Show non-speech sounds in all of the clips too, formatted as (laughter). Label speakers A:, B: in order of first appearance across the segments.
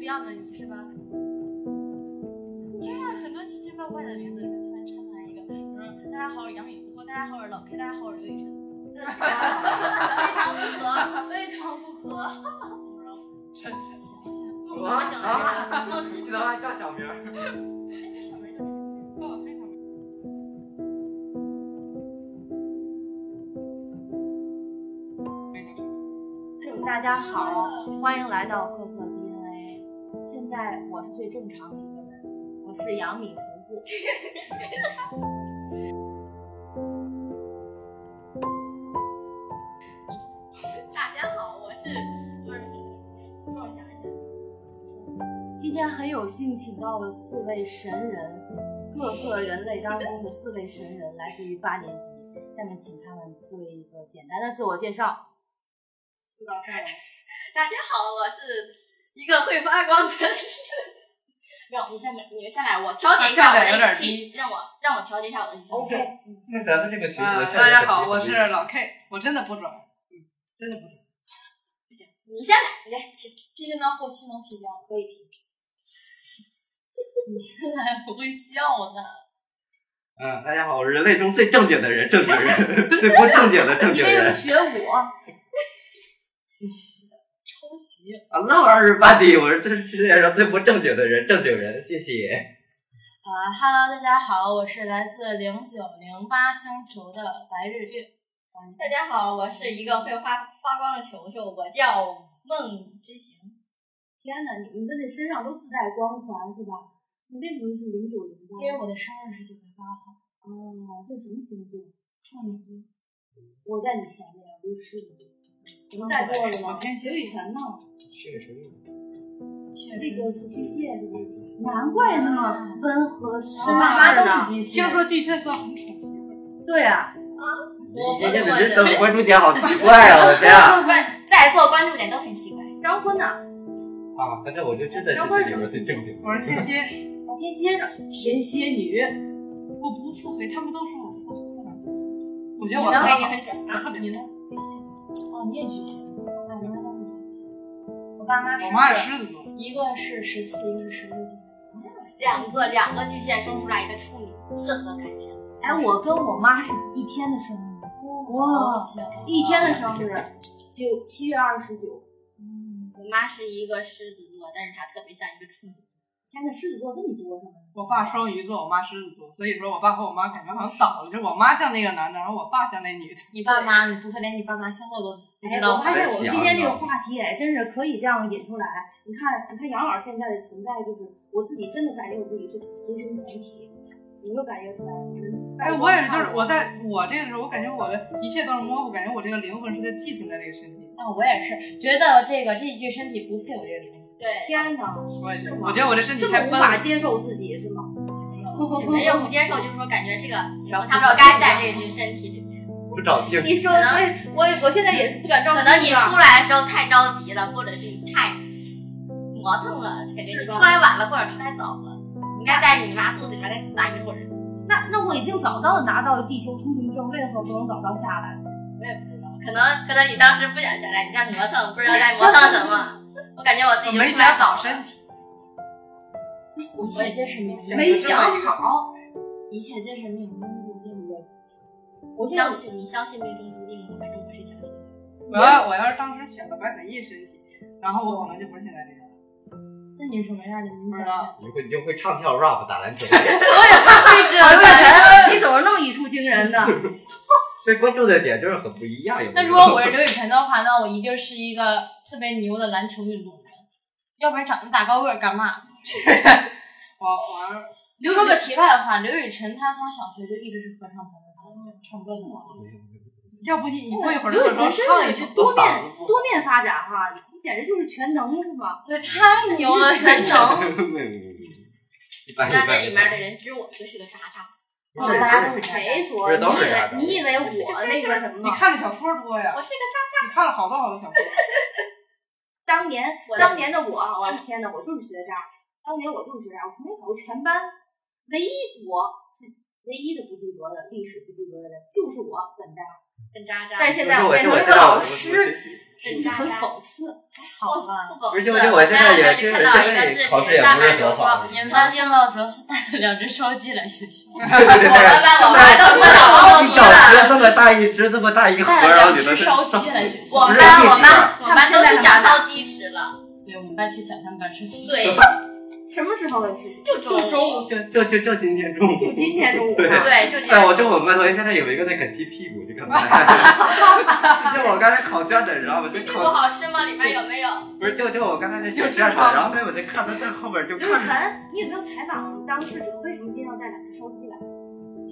A: 一样的你，是吧？天上很多奇奇怪怪的名字，里面突然插进来一个，比如说大家好，我是杨米不惑，大家好，我是老 K，大家好，我是刘雨辰。非常不合，非常不合。然后
B: 晨晨，
A: 想一想，
C: 我
A: 梦
C: 想啊，
A: 梦之
C: 记得吧？叫小名儿。
A: 哎，这小名叫什么？
B: 哦，非常
D: 大家好，欢迎来到各色 DNA。现在我是最正常的一个人，我是杨米糊糊。
A: 大家好，我是我是让我想一想，
D: 今天很有幸请到了四位神人，各色人类当中的四位神人，来自于八年级。下面请他们做一个简单的自我介绍。
A: 四道菜。大家好，我是一个会发光的。 (laughs) 没有，你下面你们下来，我调节一下我
B: 啊下载有
A: 的
B: 点
A: 语气，让我让我调节一下我的语气。
C: OK 那咱们这个群，
B: 啊，
C: 我下
B: 大
C: 载
B: 家
C: 的
B: 好，
C: 群
B: 我是老 K，我真的不准，嗯，真的不准。
A: 你先来，你来，这个呢后期能提交，可以。你先来，我会笑呢。
C: 嗯，大家好，我是人类中最正经的人，正经人，最不正经的正
D: 你
C: 经
D: 为什么
C: 人
D: 学我？
A: 抄袭，
C: 啊，Love 二十八 D，我是这世界上最不正经的人，正经人，谢谢。
A: 啊哈喽，大家好，我是来自零九零八星球的白日月。嗯大家好，我是一个会发发光的球球，我叫梦之行。
D: 天哪，你们的这身上都自带光环是吧？你为什么是零九零八？
A: 因为我的生日是九月八号，
D: 哦，这什么星座？
A: 处女座。
D: 我在你前面，我就是
A: 嗯
D: 你。带过了吗？
B: 天蝎
D: 刘雨辰呢？
C: 这个谁用的？
A: 确
D: 那个是巨蟹是吧？难怪那么温和绅
A: 妈
D: 士
A: 妈都
D: 呢
A: 是。巨蟹，
B: 听说巨蟹座很宠媳妇儿，
D: 对啊，
A: 我我
C: 人家
A: 怎么
C: 的这等关注点好奇怪啊！我天啊，
A: 关在座关注点都很奇怪。
D: 张坤呢？
C: 啊反正我就真的是这里面最正经的。
B: 我是天蝎，
D: 哦，天蝎呢？天蝎女。
B: 我不腹黑，他们都说我腹黑。我觉
A: 你
B: 得我
A: 呢？
B: 很
A: 你很准。
B: 好，我特别
A: 你呢？哦，你也巨蟹。
D: 哎
A: 我爸妈都是巨蟹。我爸妈是
B: 我妈是狮子座，
A: 一个是十四，一个是十六。
E: 两个两个巨蟹生出来一个处女，是何感想？
D: 哎，我跟我妈是一天的生日，哇一天的生日，九七月二十九。嗯
E: 我妈是一个狮子座，但是她特别像一个处女。
D: 天哪，狮子座跟你多上了。
B: 我爸双鱼座，我妈狮子座，所以说我爸和我妈感觉好像倒了，就是我妈像那个男的，然后我爸像那女的。
A: 你爸妈，你不会连你爸妈星座都不
D: 哎
A: 知，
D: 我
A: 道吗？
D: 发现我们今天这个
B: 啊
D: 话题，哎，真是可以这样引出来。你看，你看杨老师现在的存在，就是我自己真的感觉我自己是雌雄同体，有没有感觉出来？
B: 哎，我也是，就是我在我这个时候，我感觉我的一切都是模糊，感觉我这个灵魂是在寄存在这个身体。
A: 那我也是觉得这个这一具身体不配我这个灵
E: 对，
D: 天哪，
B: 我也觉得，
D: 是吗
B: 我觉得我这身体
D: 这
B: 太
D: 么无
B: 笨
D: 法
B: 了。
D: 接受自己是吗？
E: (laughs) 没有不接受，就是说感觉这个
A: 然后
E: 她不该在这具身体里面。
C: 不
B: 嗯
C: 照镜子，
D: 你说
E: 可能
D: 对，我我现在也是不敢照
E: 可能你出来的时候太着急了，或者是你太磨蹭了，感觉你出来晚了或者出来早了。你应该在你妈肚子里面再待一会儿。
D: 那那我已经早早的拿到地球通行证，为何不能早早下来？
E: 我也不知道，可能可能你当时不想下来，你在磨蹭，不知道在磨蹭什么。我感觉我自
B: 我
E: 己
B: 没
E: 就出来
B: 想
E: 早
B: 好
E: 了。
B: 身体，
A: 魂。一切皆是命，
D: 没想好，
A: 一切皆是命，命中注定的。
D: 我这
E: 相信你相信命中注定吗？反正我是相信。
B: 我要我要是当时选了白凯义身体，然后我可能就不是现在这样。
A: 那你是什么样的？你
B: 不知
A: 讲 (laughs)
B: 道，
C: 你会你就会唱跳 rap 打篮球， (laughs)
D: 刘雨辰，你怎么那么语出惊人呢？
E: (laughs)
C: 被关注的点就是很不一样。有没有
A: (laughs) 那如果我
C: (laughs)
A: 是刘雨辰的话，那我一定是一个特别牛的篮球运动员，要不然长那么大高个儿干嘛？
B: 我我要是
A: 说个题外话，刘雨辰他从小学就一直是合唱团的，唱歌的嘛。
B: 要不你你过一会儿
D: 刘
B: 的
D: 雨
B: 时候
D: 辰身上
B: 唱
D: 也
B: 一
D: 是
B: 首，
D: 多面多面发展哈，你简直就是全能是吧？
A: 对，太牛了，全程。
C: 一般一
E: 那
C: 般
E: 这里面的人，只有我就是个渣渣。
C: 不是
A: 大家都是
D: 谁说？
C: 不是都是这样的
D: 你以为你以为我那个什
B: 你
D: 么？
B: 看的小说多呀
E: 我，是个
B: 你看了好多好多小说。
D: 当年
E: 我的
D: 当年的我，我的哦天哪，我就是学渣。当年我就是学渣，我从没考过全班，唯一我是唯一的不及格的历史不及格的人就是我本渣。
E: 很渣渣。
D: 但是现在我变成
C: 我
D: 了一
C: 知
D: 个
C: 道
D: 老
C: 我
D: 师，
C: 是
D: 是不是很讽刺？还好吧
E: 不，不
C: 而
E: 哦
C: 且
E: 讽刺。
C: 我觉得我
E: 我
C: 现在也
E: 前
C: 是，
E: 两天就看到一
C: 现
E: 个
C: 在
E: 视
C: 也考试
E: 频，
C: 也
E: 上
C: 不
E: 面
C: 是
E: 就
C: 很
E: 说
C: 好。
A: 你们
E: 曾
A: 班
E: 经
A: 现在主要是带了 (laughs) 两只烧鸡来学校，
C: 对对对，
E: 我们班我们班都多少
C: 一
E: 级
C: 整
E: 了？
C: 只这么大一只这么大一盒，
A: 带了
C: 然后
A: 两
C: 你
A: 只
C: 们
A: 烧鸡来学
E: 我
A: 校。
E: 们班我们班我们班都去小烧鸡吃了，
A: (laughs) 对，我们班去小三班吃鸡。
E: 对，
D: 什么时候的事情？
E: 就
B: 就中
E: 午，
C: 就就就就今天中午，
D: 就今天中午
C: 对
D: 啊，
E: 对，就这
C: 哎，
E: 样。
C: 我就我们班同学现在有一个在啃鸡屁股，你干嘛？就我刚才烤卷子，你知道吗？就
E: 这屁股
C: 烤
E: 好吃吗？里面有没有？
C: 不是就就我刚才在烤卷子，然后在我在看他在后边就
D: 刘
C: 看着，
D: 晨，你有没有采访当事者为什么今天要带两只烧鸡来？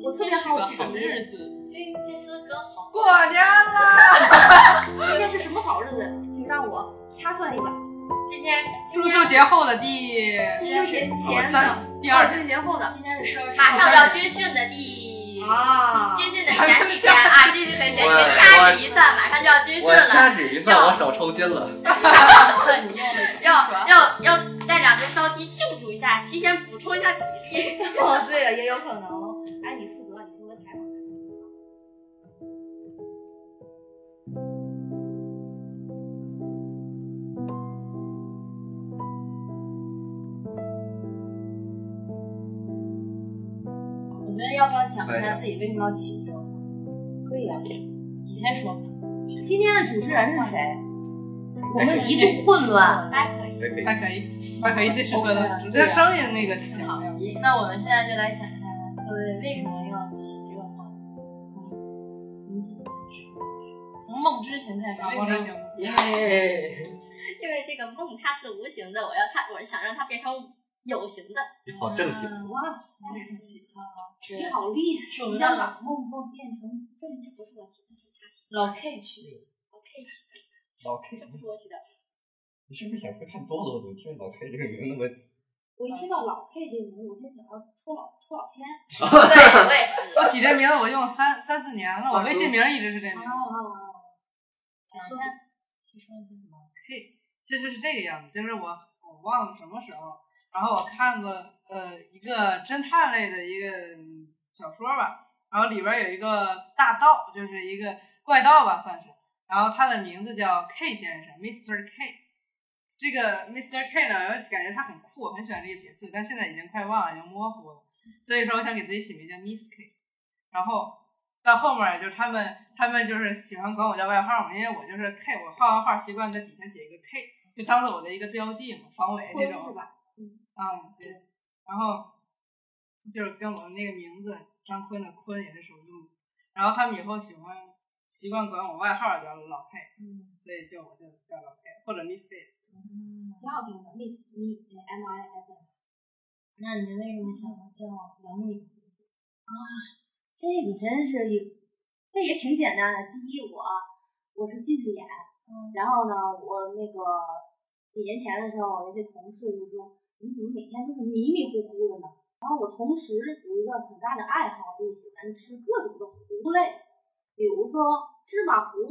D: 我特别
A: 是
D: 好
A: 个
D: 奇，
A: 好日子，
E: 这这是个好
B: 过年了，
D: 今天是什么好日子？请让我掐算一把。
E: 今天今
B: 中
E: 天
B: 秋节后的第哦
D: 金秋节前
B: 三
D: 的，
B: 第二
D: 中
B: 天，
D: 秋节后的
A: 今天是生日，
E: 马上要军训的第
D: 啊，
E: 军训的前几天啊，军训的前几天掐指一算，马上就要军训
C: 我
E: 了，
C: 掐指一算，我手抽筋了。
A: 算 (laughs) 你用的鸡
E: 要
A: 爪。
E: 要要带两只烧鸡庆祝一下，提前补充一下体力。
D: (laughs) 哦，对了，也有可能。哎，你负责，你负责采访。
A: 我们要不要讲一下自己为什么要起这个？
D: 可以啊。
A: 你先说吧。
D: 今天的主持人是谁？我们一度混乱。
E: 还可以，
C: 可以
B: 还可以，还可以，最适合的，只
A: 对啊
B: 是声音那个响亮。
A: 那我们现在就来讲一下各位为什么要起这个话题，从明显开始，从梦之形态
B: 啊，
A: 上，
B: 王志行，
C: 耶！
E: (laughs) 因为这个梦它是无形的，我要它，我是想让它变成有形的。
C: 你好正经，
A: 嗯
D: 哇塞，
A: 对
D: 你好厉害！
A: 是我
D: 你
A: 们
D: 想
A: 的
D: 把梦梦变成
E: 这这不是我起的，这是他起的。
A: 老 K 区，
E: 我可以起的，
C: 老 K，
E: 这不是我 (laughs) 起的。
C: 你是不是想去看多多？怎么听老 K 这个名字那么
D: 我一听到老 K 这名字，我就想要戳老戳老千
E: 对，我也是。
B: 我起这名字我用三三四年了，我微信名一直是这名
D: 啊
B: 儿。
A: 讲一下，去说一下什么？
B: 嘿，其实是这个样子，就是我我忘了什么时候，然后我看过呃一个侦探类的一个嗯小说吧，然后里边儿有一个大盗，就是一个怪盗吧算是，然后他的名字叫 K 先生，Mr. K。这个 Mr. K 呢，我感觉他很酷，我很喜欢这个角色，但现在已经快忘了，已经模糊了，所以说我想给自己起名叫 Miss K。然后到后面儿就是他们，他们就是喜欢管我叫外号嘛，因为我就是 K，我画完画习惯在底下写一个 K，就当做我的一个标记嘛，防伪那
D: 坤
B: 种
D: 是。吧？
B: 嗯，对。然后就是跟我那个名字张坤的坤也是首字母，然后他们以后喜欢习惯管我外号叫老 K，
A: 嗯
B: 所以就我就叫老 K 或者 Miss K。
A: 嗯，
D: 挺好听的，Miss Me
A: 呃
D: M I S S。
A: 那你为什么想要叫杨幂？
D: 这个真是一，这也挺简单的。第一，我我是近视眼，
A: 嗯
D: 然后呢，我那个几年前的时候，我那些同事就说，你怎么每天都是迷迷糊糊的呢？然后我同时有一个很大的爱好，就是喜欢吃各种的糊类，比如说芝麻糊、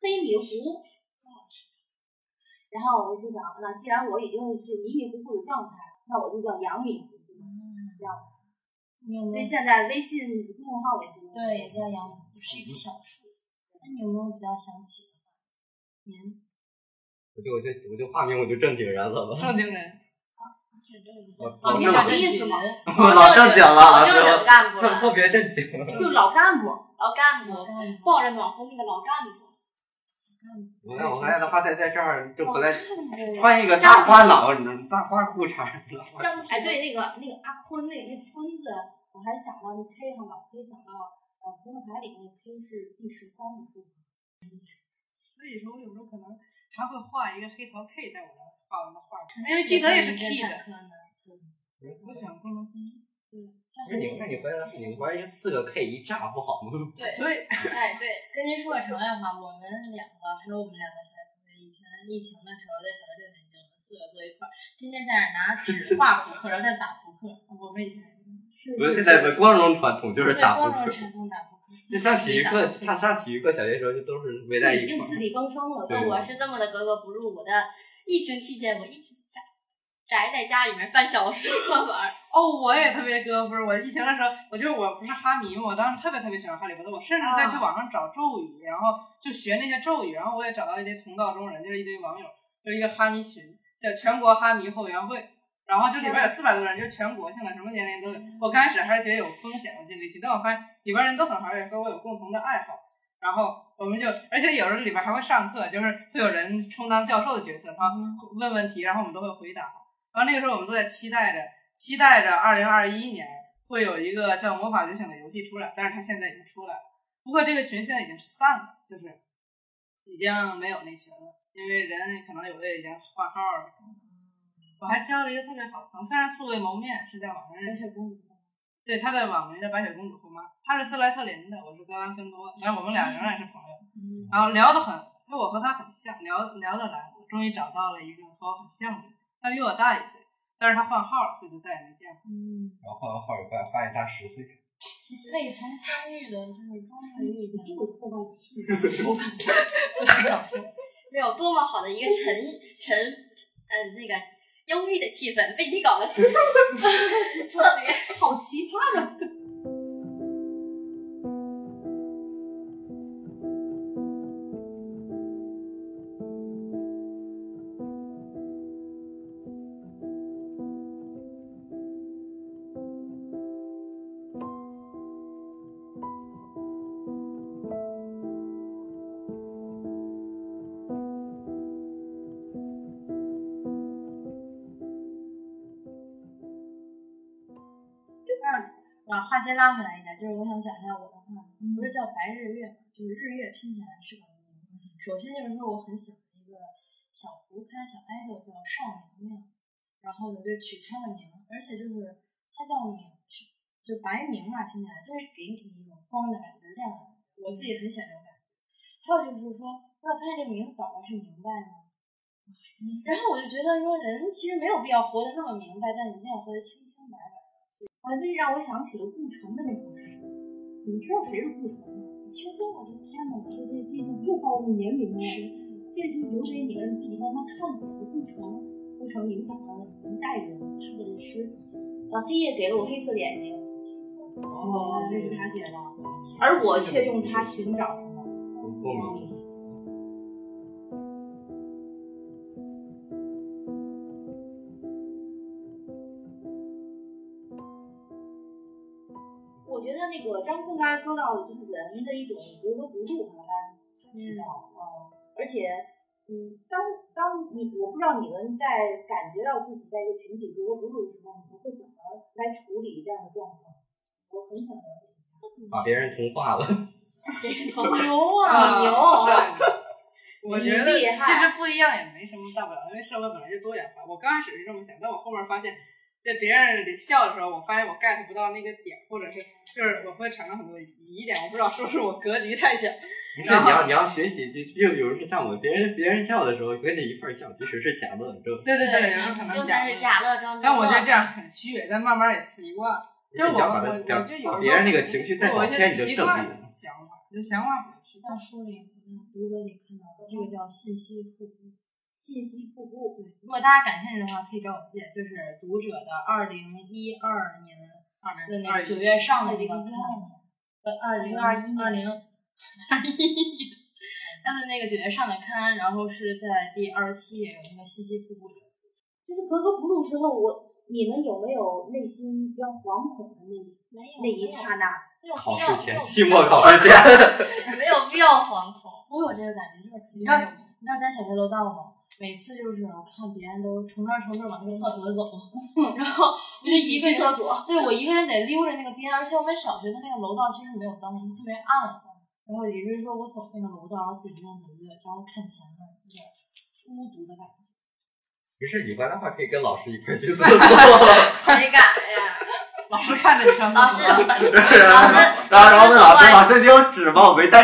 D: 黑米糊，然后我就想，那既然我已经是迷迷糊糊的状态，那我就叫杨米糊。
A: 嗯，
D: 这样，
A: 你有
D: 所
A: 没
D: 以
A: 有
D: 现在微信公众号也是
A: 对也叫杨幂，是一个小数？那你有没有比较想起的？
D: 您
C: 我就我就我就化名我就正经人了吧？
B: 正经人，
A: 是哦这个。
C: 我老
D: 哦你
C: 正
D: 好
C: 经，
D: 意思吗
C: 我老正经了，
E: 老正
C: 是
E: 经
C: 吧
E: 干部
C: 特特
E: 了，
C: 别正经。 (laughs)
D: 就老干部，
E: 老干部，
A: 嗯
E: 抱着暖烘那个老干部。
C: 我看我刚才的话在在这儿就回来穿一个大花袄，你知道吗？大花裤衩，你知道吗？
E: 江
D: 哎，对，那个那个阿坤，那那坤字，我还想到那 K 上老 K 想到，呃，扑克牌里那个 K 是第十三个数，
B: 所以说我有时候可能还会画一个黑桃 K 在我的画完的画上，因为基德也是 K 的。
A: 柯南，
B: 我喜欢功能心。
C: 不是你看你回来，你玩一四个 K 一炸不好吗？
E: 对，
B: 对，
E: 哎对，
A: 跟您说个常在话，我们两个还有我们两个小学同学，以前疫情的时候在小学六年级，我们四个坐一块儿，天天在那儿拿纸画扑克，然后在那打扑克。我们以前
D: 是
C: 我们现在的光荣传统就是
A: 对
C: 打
A: 光荣
C: 扑克，
A: 传统打扑克，
C: 就上体育课，上上体育课，小学时候就都是围在
D: 已
C: 一
D: 经
C: 块儿
D: 自。力更生了，
C: 对
D: 但
E: 我
D: 我
E: 是这么的格格不入。我的疫情期间，我一直在宅在家里面翻小说玩儿。
B: 哦，我也特别哥，不是我疫情的时候，我就是我不是哈迷嘛，我当时特别特别喜欢哈利波特，我甚至在去网上找咒语，然后就学那些咒语，然后我也找到一堆同道中人，就是一堆网友，就是一个哈迷群，叫全国哈迷后援会，然后这里边有四百多人，就是全国性的，什么年龄都有。我刚开始还是觉得有风险，我进这去，但我发现里边人都很好，而且和我有共同的爱好。然后我们就，而且有时候里边还会上课，就是会有人充当教授的角色，然后问问题，然后我们都会回答。然后那个时候我们都在期待着，期待着二零二一年会有一个叫《魔法觉醒》的游戏出来，但是它现在已经出来了。不过这个群现在已经散了，就是已经没有那群了，因为人可能有的已经换号了。我还交了一个特别好的朋友，虽然素未谋面，是在网上认识公主。对，她的网名叫白雪公主后妈，她是斯莱特林的，我是格兰芬多，但是我们俩仍然是朋友。然后聊得很，因为我和他很像，聊聊得来。我终于找到了一个和我很像的人，他比我大一岁，但是他换号了，所以就再也没见
D: (laughs)
B: 过。
D: 嗯，
C: 然后换完号以后发现他十岁，
A: 未曾相遇的，就是终于
D: 你你这个破坏气氛，
E: 没有多么好的一个沉沉呃那个忧郁的气氛，被你搞得特别。
D: 好奇葩的。
A: 把话题拉回来一点，就是我想讲一下我的话，不是叫白日月嘛，就是日月拼起来是个名字。首先就是说我很喜欢一个小胡咖小 idol 叫邵明明，然后我就取他的名，而且就是他叫明，就白明嘛，听起来就是给你一种光的感觉、亮的感觉，我自己很喜欢这种感觉。还有就是说，要发现这个名字倒过来是明白吗？然后我就觉得说，人其实没有必要活得那么明白，但一定要活得清清白白。
D: 啊，那让我想起了顾城的那个故事。你们知道谁是顾城吗？
A: 听说过这个天哪，
D: 这这这就又暴露年龄了。这就留给你儿己慢慢探索的顾城，顾城影响了一代人，他的诗。呃，黑夜给了我黑色的眼睛，哦，这是他写的，而我却用它寻找什么？
C: 共鸣。
D: 我觉得那个张坤刚才说到的，就是人的一种格格不入，好像知道，嗯，而且，嗯，当当你，我不知道你们在感觉到自己在一个群体格格不入的时候，你们会怎么来处理这样的状况？我很想了解。
C: 把别人同化了，
E: 这个头发
D: 牛
B: 啊
D: 牛啊！ (laughs)
B: 我
D: 你
B: 觉得
D: 厉
B: 其
D: 害
B: 实不一样也没什么大不了，因为社会本来就多元化。我刚开始是这么想，但我后面发现，在别人笑的时候，我发现我 get 不到那个点，或者是就是我会产生很多疑点，我不知道是不是我格局太小。
C: 不是你要你要学习，就就有人是像我，别人别人笑的时候跟着一块儿笑，即使是假的，这
B: 对对对，有时候可
E: 对，就
B: 能
E: 算是
B: 假的。
E: 假乐装，
B: 但我觉得这样很虚伪，但慢慢也习惯了。就是
C: 你
B: 我
C: 要把
B: 我
C: 它
B: 我
C: 表
B: 就有
C: 把
B: 时
C: 别人那
B: 候
C: 个情绪带
B: 我
C: 跑
B: 有一
C: 偏，
B: 些
C: 你就
B: 习
C: 正
B: 惯
C: 义
B: 的
C: 了。
B: 想法，就想法比较奇怪
A: 像书里嗯读者里看到的，这个叫信息瀑布。
D: 信息瀑布，
A: 对，如果大家感兴趣的话，可以找我借，就是读者的二零一二年的那个九月上的那个刊物，呃，二零二一二零二一年，他的那个九月上的刊，然后是在第二十七页有那个信息瀑布这个词。
D: 就是格格不入时候，我你们有没有内心比较惶恐的那一
E: 没有
D: 那一刹那？
E: 没有
C: 考
E: 必要
C: 试前，
E: 没有
C: 期末考试前，
E: 没有必要惶恐。
A: 我有这个感觉，就是你知道
B: 嗯
A: 你知道咱写字楼道吗？每次就是我看别人都成双成对往那个厕所走， (laughs) 然后
B: (laughs)
A: 我就一个人
B: 嗯
E: 去厕所，
A: 对我一个人得溜着那个边，而且我们小学的那个楼道其实没有灯，特别暗。然后也就是说，我走那个楼道，然后走进走进，然后看前面，有点孤独的感觉。
C: (laughs) 不是你回来的话可以跟老师一块儿
E: (laughs)
C: 去厕所，
E: 谁敢呀？
B: 老师看着你上
E: 啊老
B: 厕
C: (laughs)
E: 师，
B: 所，
C: 然后然后然后问老师，老师你有纸吗？我没带。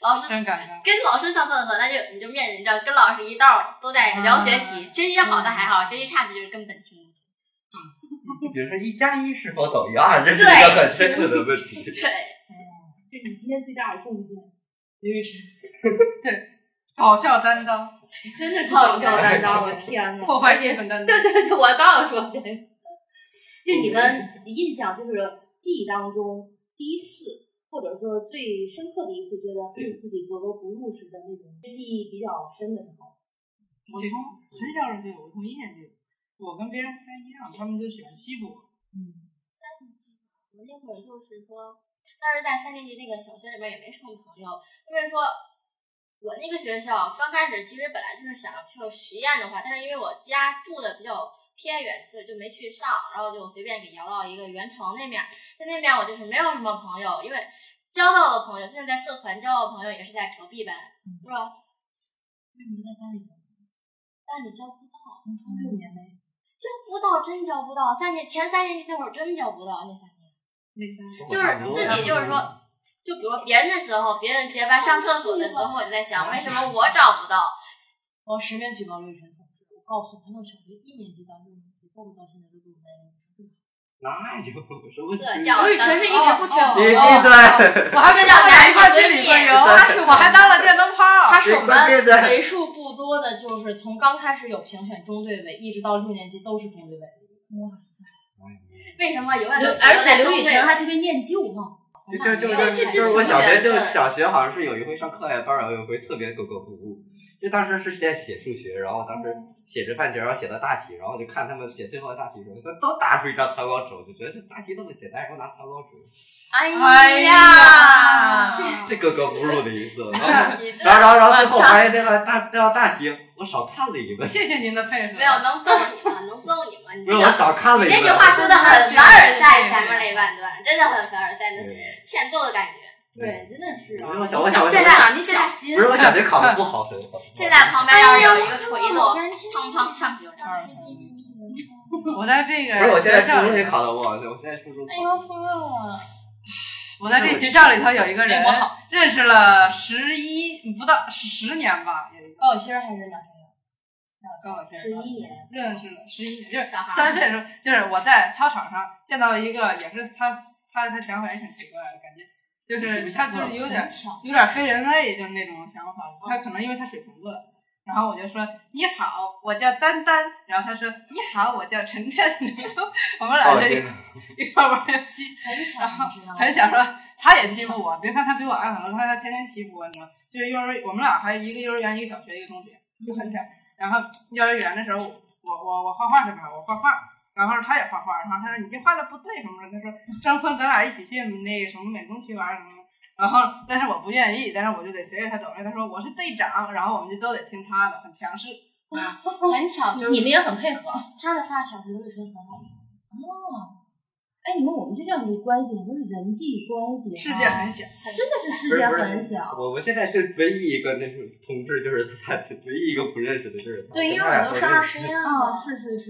E: 老师
B: 真尴尬。
E: 跟老师上厕所，那就你就面临着跟老师一道儿都在聊学习，学习好的还好，学习差的就是根本听不懂。
C: 比如说一加一是否等于二，这是一个很深刻的问题。
E: 对，
D: 这是你今天最大的贡献。
A: 于是，
B: 哦搞笑担当，
D: 真的是搞笑担当，我天哪！
B: 破坏气氛担当
D: 对。对对，我刚要说这个，就你们印象就是记忆当中第一次，或者说最深刻的一次，觉得嗯自己格格不入时的那种记忆比较深的时候。
B: 我从很小时候就有，我从一年级，我跟别人不太一样，他们就喜欢欺负我。
D: 嗯，
E: 三年级，我那会儿就是说，当时在三年级那个小学里边也没什么朋友，就是说我那个学校刚开始其实本来就是想要去实验的话，但是因为我家住的比较偏远，所以就没去上，然后就随便给摇到一个袁城那面儿，在那边儿我就是没有什么朋友，因为交到的朋友，现在在社团交到的朋友也是在隔壁班，是吧？
A: 为什么在班里呢？
E: 但是你交不到。
A: 你从六年
B: 嗯
A: 内，
E: 交不到，真交不到。三年前三年级那会儿真交不到，那三年
B: 那三年
E: 就是自己就是说，就比如说别人的时候，别人结伴上厕所的时候，我就在想，为什么我找不到？
A: 我十年举报了一群同事，我告诉他们，小学一年级到六年级，包括到现在都跟我们班一样。
C: 那有什么区
E: 这
C: 别？
E: 叫哦
B: 刘雨辰是一直不缺
C: 你闭
B: 德，
C: 嘴！
B: 哦我还跟小白一块去理过油，
C: 他是
B: 我还当了电灯泡。
A: 他是我们
C: 对对
A: 班
C: 对
A: 为数不多的，就是从刚开始有评选中队委，一直到六年级都是中队委。哇塞！
E: 为什么永远都
D: 刘而且刘雨辰还特别念旧哈，
C: 就就就就就是我小学就小学好像是有一回上课外班，然后有一回特别格格不入。就当时是先写数学，然后当时写着半截，然后写到大题，然后就看他们写最后的大题的时候，他都答出一张草稿纸，我就觉得这大题那么简单，然后拿草稿纸，
B: 哎呀，
E: 啊
C: 这格格不入的一次。
E: (laughs)
C: 然后
E: 你知
C: 然后
E: 道
C: 然后然后最后发现那道大那道大题我少看了一个，
B: 谢谢您的配合。
E: 没有能揍你吗？能揍你吗？你
C: 不
E: 这
C: 是
E: 个
C: 我少看了
E: 你
C: 一
E: 这
C: 个。
E: 句话说的很凡尔赛，前面那一半段真的很凡尔赛，
C: 对
E: 欠揍的感觉。
D: 对，真的是啊。
C: 我小我小
E: 现在
D: 你小心
C: 不是我小学考的不好分。
E: 现在旁边要是有一个锤子，我砰砰上去就这儿。
B: 我在这个
C: 不是我现在
B: 学校
C: 初中也
B: 里，
C: 考的不好分，我现在初中
E: 哎
C: 考得不好
A: 哎疯了！
B: 我在这学校里头有一个人
A: 哎我好
B: 认识了十一不到十十年吧，有一个
A: 高心儿哦还是蛮好
B: 跟我先
A: 的，十
B: 生
A: 一年。
B: 认识了十一年，就是
E: 小孩儿
B: 三岁的时候，就是我在操场上见到一个，也是他他他想法也挺奇怪的，感觉就是他就是哦有点
A: 很巧，
B: 有点非人类，就那种想法。他可能因为他水瓶座，然后我就说你好，我叫丹丹，然后他说你好，我叫晨晨， (laughs) 然后我们俩
C: 哦
B: 就
C: 这
B: 一
C: 个
B: 一块玩游戏，
A: 很巧，你知道吗？
B: 很想说他也欺负我，别看他比我矮很多，但是他天天欺负我，你知道吗？就是幼儿，我们俩还一个幼儿园，一个小学，一个中学，就很巧。然后幼儿园的时候，我我我画画去吧，我画画，然后他也画画，然后他说你这画的不对什么的，他说张坤，咱俩一起去那个什么美工区玩什么的。然后，但是我不愿意，但是我就得随着他走。他说我是队长，然后我们就都得听他的，很强势。啊
D: 哦
A: 很巧，就是
D: 你们也很配合。
A: 他的发小刘雨辰很好，
D: 哦，哎，你们我们就这样一个关系，就是人际关系啊，
B: 世界很小，
D: 真的是世
C: 不
D: 界
C: 是不是
D: 很小。
C: 我我现在就唯一一个那是同志，就是他， (laughs) 唯一一个不认识的就是他。
A: 对，因为
C: 我
A: 我
C: 跟他
A: 们都
C: 俩不
A: 上二十
C: 认识
A: 一了
D: 啊、
A: 嘛，
D: 是是是，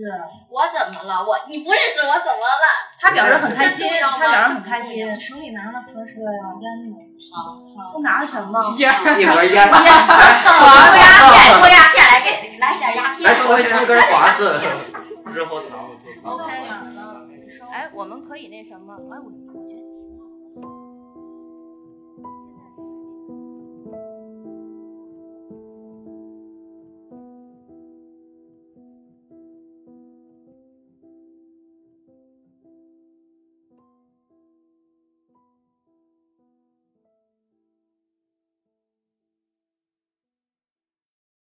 E: 我怎么了？我你不认识我怎么了？
D: 他表示很
B: (laughs)
D: 开心，
E: 这重要吗
D: 他表示很开
E: 这
D: 心
E: 重要。
A: 手里拿了盒是烟呢，
D: 他拿了什么？
B: 天，
C: 一盒烟，
E: 抽鸦片，抽鸦片来给给来点鸦片。
C: 来抽抽根华子， (laughs) 日后糖。
D: OK
C: 了。
A: 哦
D: 哎，我们可以那什么？哎，我我觉得